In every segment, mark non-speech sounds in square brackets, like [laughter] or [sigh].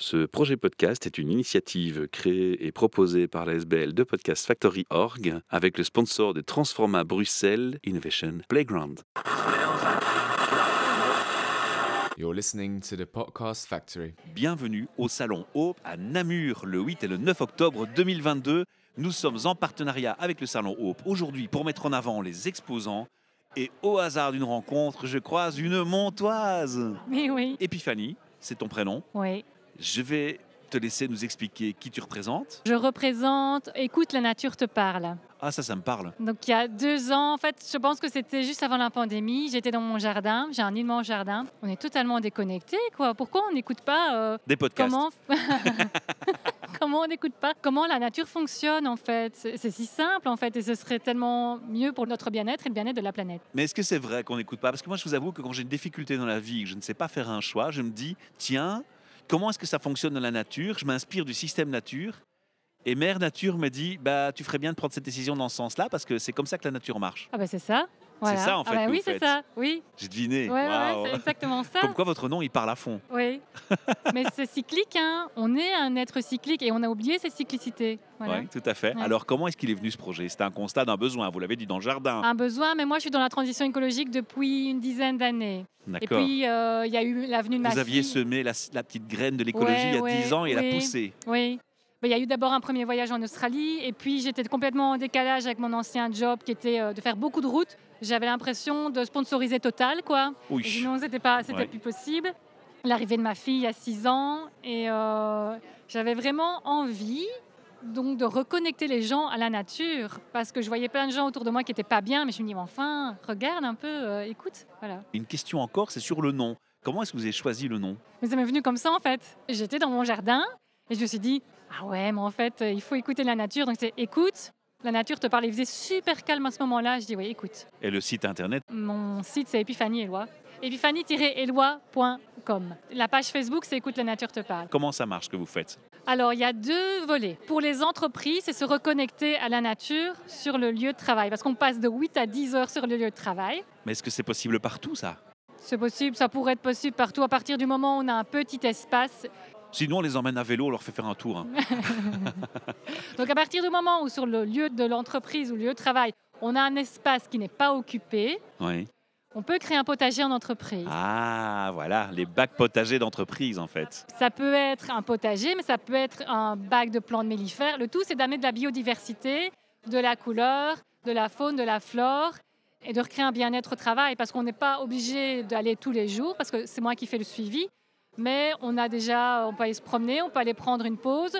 Ce projet podcast est une initiative créée et proposée par la SBL de Podcast Factory Org avec le sponsor de Transforma Bruxelles Innovation Playground. You're listening to the Podcast Factory. Bienvenue au Salon Hope à Namur le 8 et le 9 octobre 2022. Nous sommes en partenariat avec le Salon Hope aujourd'hui pour mettre en avant les exposants. Et au hasard d'une rencontre, je croise une montoise. Mais oui. Épiphanie, c'est ton prénom. Oui. Je vais te laisser nous expliquer qui tu représentes. Je représente Écoute, la nature te parle. Ah, ça, ça me parle. Donc, il y a deux ans, en fait, je pense que c'était juste avant la pandémie. J'étais dans mon jardin, j'ai un immense jardin. On est totalement déconnecté, quoi. Pourquoi on n'écoute pas euh, Des podcasts. comment [laughs] [laughs] comment on n'écoute pas Comment la nature fonctionne, en fait C'est c'est si simple, en fait, et ce serait tellement mieux pour notre bien-être et le bien-être de la planète. Mais est-ce que c'est vrai qu'on n'écoute pas Parce que moi, je vous avoue que quand j'ai une difficulté dans la vie, que je ne sais pas faire un choix, je me dis, tiens, comment est-ce que ça fonctionne dans la nature Je m'inspire du système nature. Et Mère Nature me dit, bah, tu ferais bien de prendre cette décision dans ce sens-là, parce que c'est comme ça que la nature marche. Ah, ben, c'est ça. Voilà. ça, en fait, Ah ben que oui, vous c'est faites. ça. Oui, J'ai deviné. ouais, ouais, Waouh. c'est exactement ça. Comme quoi, votre nom, il parle à fond. Oui, mais c'est cyclique. Hein. On est un être cyclique et on a oublié cette cyclicité. Voilà. Oui, tout à fait. Ouais. Alors, comment est-ce qu'il est venu ce projet C'était un constat d'un besoin, vous l'avez dit dans le jardin. Un besoin, mais moi je suis dans la transition écologique depuis une dizaine d'années. Et D'accord. puis euh, il y a eu l'avenue de ma Vous aviez fille. semé la, la petite graine de l'écologie Ouais, il y a ouais, 10 ans et elle a oui. poussé. Oui. Ben, Il y a eu d'abord un premier voyage en Australie et puis j'étais complètement en décalage avec mon ancien job qui était euh, de faire beaucoup de routes. J'avais l'impression de sponsoriser Total, quoi. Oui. Et Sinon, c'était pas, c'était Ouais. plus possible. L'arrivée de ma fille à 6 ans et euh, j'avais vraiment envie donc de reconnecter les gens à la nature parce que je voyais plein de gens autour de moi qui étaient pas bien, mais je me dis mais enfin regarde un peu, euh, écoute, voilà. Une question encore, c'est sur le nom. Comment est-ce que vous avez choisi le nom Mais ça m'est venu comme ça en fait. J'étais dans mon jardin et je me suis dit ah ouais mais en fait euh, il faut écouter la nature donc c'est écoute. La nature te parle, il faisait super calme à ce moment-là. Je dis, oui, écoute. Et le site internet Mon site, c'est Epiphanie Eloi. Epiphanie-eloi.com. La page Facebook, c'est Écoute, la nature te parle. Comment ça marche ce que vous faites Alors, il y a deux volets. Pour les entreprises, c'est se reconnecter à la nature sur le lieu de travail. Parce qu'on passe de 8 à 10 heures sur le lieu de travail. Mais est-ce que c'est possible partout ça C'est possible, ça pourrait être possible partout à partir du moment où on a un petit espace. Sinon, on les emmène à vélo, on leur fait faire un tour. hein. Donc, à partir du moment où sur le lieu de l'entreprise ou le lieu de travail, on a un espace qui n'est pas occupé, Oui. on peut créer un potager en entreprise. Ah, voilà, les bacs potagers d'entreprise en fait. Ça peut être un potager, mais ça peut être un bac de plantes mellifères. Le tout, c'est d'amener de la biodiversité, de la couleur, de la faune, de la flore et de recréer un bien-être au travail parce qu'on n'est pas obligé d'aller tous les jours parce que c'est moi qui fais le suivi. Mais on a déjà, on peut aller se promener, on peut aller prendre une pause.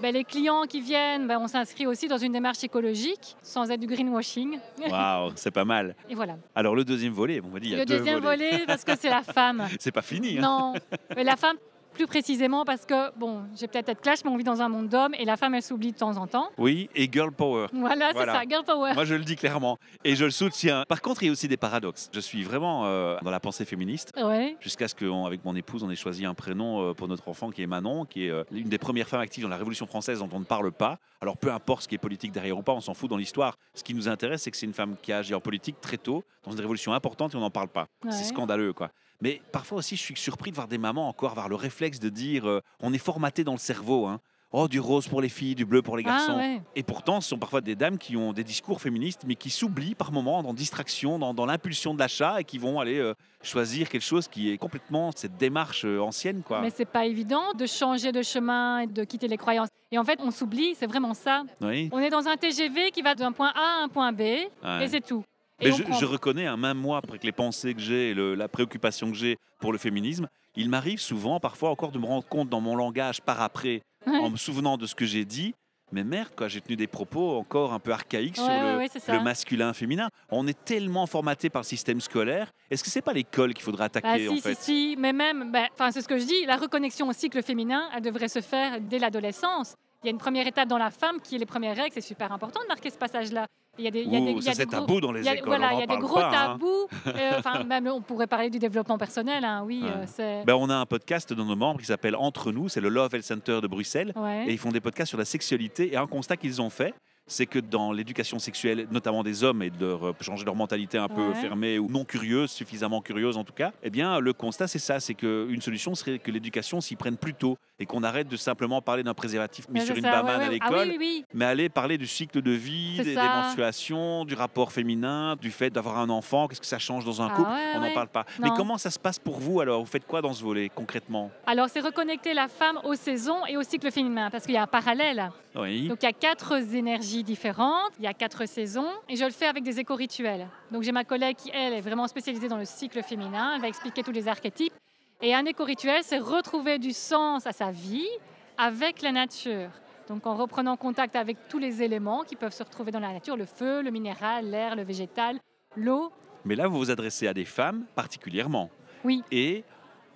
Ben, les clients qui viennent, ben, on s'inscrit aussi dans une démarche écologique sans être du greenwashing. Waouh, [laughs] c'est pas mal. Et voilà. Alors, le deuxième volet, on va dire, il y a Le deux deuxième volets. volet, parce que c'est [laughs] la femme. C'est pas fini. hein. Non, mais la femme, plus précisément, parce que, bon, j'ai peut-être être clash, mais on vit dans un monde d'hommes et la femme, elle s'oublie de temps en temps. Oui, et Girl Power. Voilà, Voilà. c'est ça, girl power. Moi, je le dis clairement et je le soutiens. Par contre, il y a aussi des paradoxes. Je suis vraiment euh, dans la pensée féministe. Ouais. Jusqu'à ce qu'avec mon épouse, on ait choisi un prénom euh, pour notre enfant qui est Manon, qui est euh, l'une des premières femmes actives dans la Révolution française dont on ne parle pas. Alors peu importe ce qui est politique derrière ou pas, on s'en fout dans l'histoire. Ce qui nous intéresse, c'est que c'est une femme qui a agi en politique très tôt, dans une révolution importante et on n'en parle pas. Ouais. C'est scandaleux, quoi. Mais parfois aussi, je suis surpris de voir des mamans encore avoir le réflexe de dire euh, on est formaté dans le cerveau. hein. Oh, du rose pour les filles, du bleu pour les garçons. Ah, ouais. Et pourtant, ce sont parfois des dames qui ont des discours féministes, mais qui s'oublient par moments dans distraction, dans, dans l'impulsion de l'achat, et qui vont aller euh, choisir quelque chose qui est complètement cette démarche euh, ancienne, quoi. Mais c'est pas évident de changer de chemin et de quitter les croyances. Et en fait, on s'oublie, c'est vraiment ça. Oui. On est dans un TGV qui va d'un point A à un point B ouais. et c'est tout. Et Mais on je, prend- [laughs] je reconnais, hein, même moi, avec les pensées que j'ai, et le- la préoccupation que j'ai pour le féminisme, il m'arrive souvent, parfois encore, de me rendre compte dans mon langage par après, Ouais. en me souvenant de ce que j'ai dit. Mais merde, quoi, j'ai tenu des propos encore un peu archaïques sur Ouais, le, ouais, ouais, c'est ça. le masculin, féminin. On est tellement formaté par le système scolaire. Est-ce que c'est pas l'école qu'il faudrait attaquer Bah, si, en si, fait si, mais même, bah, enfin, c'est ce que je dis, la reconnexion au cycle féminin, elle devrait se faire dès l'adolescence. Il y a une première étape dans la femme qui est les premières règles, c'est super important de marquer ce passage-là. Il y a des, il y a Ouh, des- il y a ça des c'est gros- tabou dans les il y a- écoles. voilà, on il y en a des parle gros pas, hein. tabous. [laughs] euh, Enfin, même on pourrait parler du développement personnel, hein, oui, Ouais. euh, c'est. Ben, on a un podcast dans nos membres qui s'appelle Entre nous, c'est le Love Health Center de Bruxelles. Ouais. Et ils font des podcasts sur la sexualité. Et un constat qu'ils ont fait, c'est que dans l'éducation sexuelle, notamment des hommes et de leur, euh, changer leur mentalité un peu Ouais. fermée ou non curieuse, suffisamment curieuse en tout cas, eh bien le constat c'est ça, c'est qu'une solution serait que l'éducation s'y prenne plus tôt et qu'on arrête de simplement parler d'un préservatif mis Ouais, sur c'est une ça, ouais, banane ouais. à Ah l'école, oui, oui, oui. mais aller parler du cycle de vie, C'est des, des ça. menstruations, du rapport féminin, du fait d'avoir un enfant, qu'est-ce que ça change dans un Ah couple, ouais, on n'en ouais. parle pas. Mais Non. comment ça se passe pour vous alors Vous faites quoi dans ce volet concrètement Alors, c'est reconnecter la femme aux saisons et au cycle féminin, parce qu'il y a un parallèle. Oui. Donc, il y a quatre énergies différentes, il y a quatre saisons, et je le fais avec des éco-rituels. Donc, j'ai ma collègue qui, elle, est vraiment spécialisée dans le cycle féminin, elle va expliquer tous les archétypes. Et un éco-rituel, c'est retrouver du sens à sa vie avec la nature. Donc, en reprenant contact avec tous les éléments qui peuvent se retrouver dans la nature, le feu, le minéral, l'air, le végétal, l'eau. Mais là, vous vous adressez à des femmes particulièrement. Oui. Et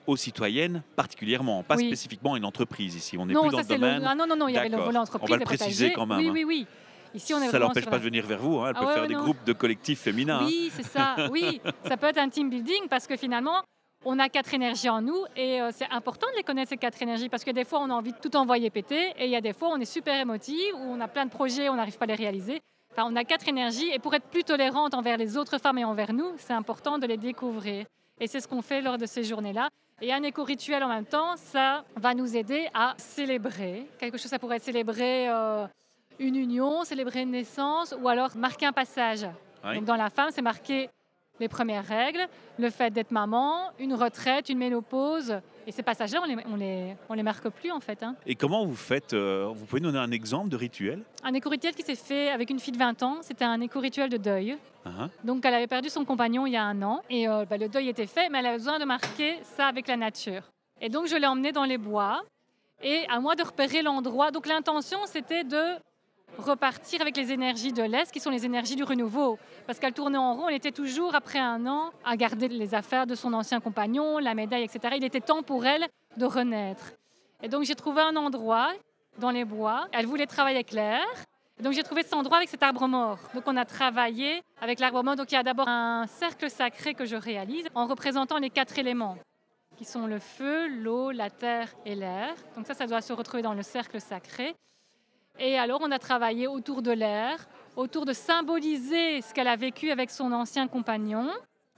aux citoyennes particulièrement, pas Oui. spécifiquement à une entreprise ici. On n'est Non, plus dans ça le c'est le... domaine. Ah, non, non, non, il y avait le D'accord. volet entreprise. On va le et potager. préciser quand même, Oui, hein. oui, oui. Ici, on est ça vraiment l'empêche sur pas un- de venir vers vous. hein. Elle Ah peut ouais, faire ouais, des non. groupes de collectifs féminins. hein. Oui, c'est ça. Oui, ça peut être un team building parce que finalement, on a quatre énergies en nous et euh, c'est important de les connaître ces quatre énergies parce que des fois, on a envie de tout envoyer péter et il y a des fois, on est super émotive ou on a plein de projets, on n'arrive pas à les réaliser. Enfin, on a quatre énergies et pour être plus tolérante envers les autres femmes et envers nous, c'est important de les découvrir. Et c'est ce qu'on fait lors de ces journées-là. Et un éco-rituel en même temps, ça va nous aider à célébrer. Quelque chose, ça pourrait être célébrer euh, une union, célébrer une naissance ou alors marquer un passage. Oui. Donc dans la femme, c'est marqué les premières règles, le fait d'être maman, une retraite, une ménopause. Et ces passages-là, on les, on les, on les marque plus en fait. hein. Et comment vous faites euh, Vous pouvez nous donner un exemple de rituel Un éco-rituel qui s'est fait avec une fille de 20 ans, c'était un éco-rituel de deuil. Hein Donc elle avait perdu son compagnon il y a un an et euh, bah, le deuil était fait, mais elle avait besoin de marquer ça avec la nature. Et donc je l'ai emmenée dans les bois et à moi de repérer l'endroit. Donc l'intention c'était de repartir avec les énergies de l'Est qui sont les énergies du renouveau. Parce qu'elle tournait en rond, elle était toujours après un an à garder les affaires de son ancien compagnon, la médaille, etc. Il était temps pour elle de renaître. Et donc j'ai trouvé un endroit dans les bois. Elle voulait travailler clair. Donc j'ai trouvé cet endroit avec cet arbre mort. Donc on a travaillé avec l'arbre mort. Donc il y a d'abord un cercle sacré que je réalise en représentant les quatre éléments qui sont le feu, l'eau, la terre et l'air. Donc ça, ça doit se retrouver dans le cercle sacré. Et alors on a travaillé autour de l'air, autour de symboliser ce qu'elle a vécu avec son ancien compagnon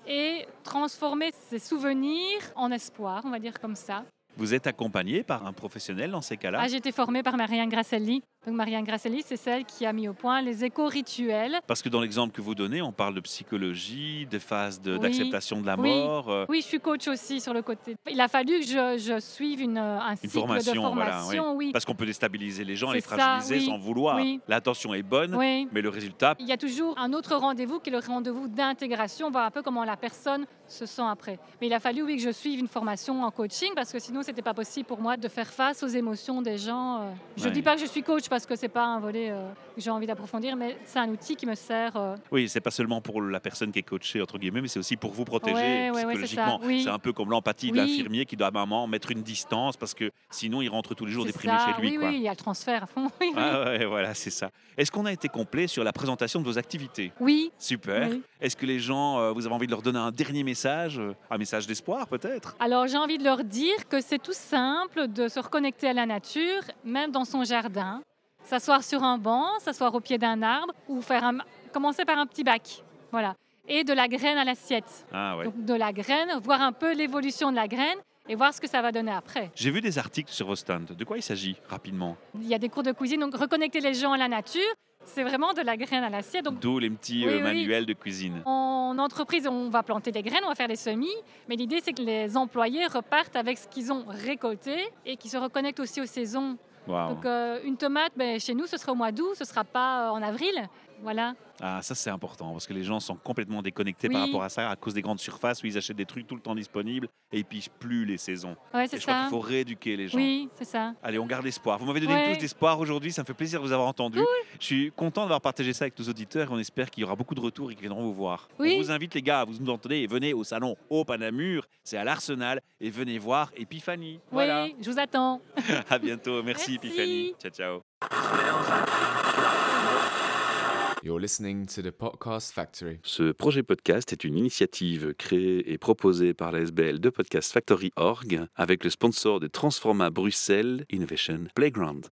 et transformer ses souvenirs en espoir, on va dire comme ça. Vous êtes accompagné par un professionnel dans ces cas-là Ah, j'ai été formée par Marianne Grasselli. Donc Marianne Grasselli, c'est celle qui a mis au point les éco-rituels. Parce que dans l'exemple que vous donnez, on parle de psychologie, des phases de- Oui. d'acceptation de, la Oui. mort. euh, Oui, je suis coach aussi sur le côté. Il a fallu que je, je suive une, euh, un cycle formation, de voilà, formation, oui. Parce qu'on peut déstabiliser les gens, C'est les ça, fragiliser oui. sans vouloir. Oui. L'attention est bonne, Oui. mais le résultat Il y a toujours un autre rendez-vous qui est le rendez-vous d'intégration, voir un peu comment la personne se sent après. Mais il a fallu, oui, que je suive une formation en coaching parce que sinon, c'était pas possible pour moi de faire face aux émotions des gens. euh. Je Ouais. dis pas que je suis coach parce que c'est pas un volet euh, que j'ai envie d'approfondir, mais c'est un outil qui me sert. euh, Oui, c'est pas seulement pour la personne qui est coachée, entre guillemets, mais c'est aussi pour vous protéger Ouais, ouais, ouais, c'est psychologiquement. ça, oui. un peu comme l'empathie de Oui. l'infirmier qui doit à un moment mettre une distance parce que sinon il rentre tous les jours c'est déprimé ça. chez lui. Oui, quoi. oui, il y a le transfert à fond. [laughs] Oui, oui. Ah ouais, voilà, c'est ça. Est-ce qu'on a été complet sur la présentation de vos activités Oui, Super. oui. Est-ce que les gens, euh, vous avez envie de leur donner un dernier message euh, Un message d'espoir peut-être Alors j'ai envie de leur dire que c'est tout simple de se reconnecter à la nature, même dans son jardin, s'asseoir sur un banc, s'asseoir au pied d'un arbre ou faire un- commencer par un petit bac. Voilà. Et de la graine à l'assiette. Ah ouais. Donc de la graine, voir un peu l'évolution de la graine et voir ce que ça va donner après. J'ai vu des articles sur vos stands. De quoi il s'agit rapidement Il y a des cours de cuisine, donc reconnecter les gens à la nature, c'est vraiment de la graine à l'assiette. Donc D'où les petits Oui, euh, oui. manuels de cuisine. En entreprise, on va planter des graines, on va faire des semis, mais l'idée c'est que les employés repartent avec ce qu'ils ont récolté et qu'ils se reconnectent aussi aux saisons. Waouh. Donc euh, une tomate, ben, chez nous, ce sera au mois d'août, ce sera pas euh, en avril. Voilà. Ah, ça c'est important parce que les gens sont complètement déconnectés par Oui. rapport à ça à cause des grandes surfaces où ils achètent des trucs tout le temps disponibles et ils pigent plus les saisons. Ouais, Et c'est je crois ça. qu'il faut rééduquer les gens. Oui, c'est ça. Allez, on garde espoir. Vous m'avez donné une Ouais. touche d'espoir aujourd'hui, ça me fait plaisir de vous avoir entendu. Je suis content d'avoir partagé ça avec nos auditeurs et on espère qu'il y aura beaucoup de retours et qu'ils viendront vous voir. Oui. On vous invite les gars, vous nous entendez et venez au salon au Panamur, c'est à l'Arsenal et venez voir Epiphanie. Voilà. [laughs] Oui, je vous attends. à bientôt. Merci, Merci. Epiphanie. Ciao ciao. You're listening to the Podcast Factory. Ce projet podcast est une initiative créée et proposée par la SBL de Podcast Factory Org avec le sponsor de Transforma Bruxelles Innovation Playground.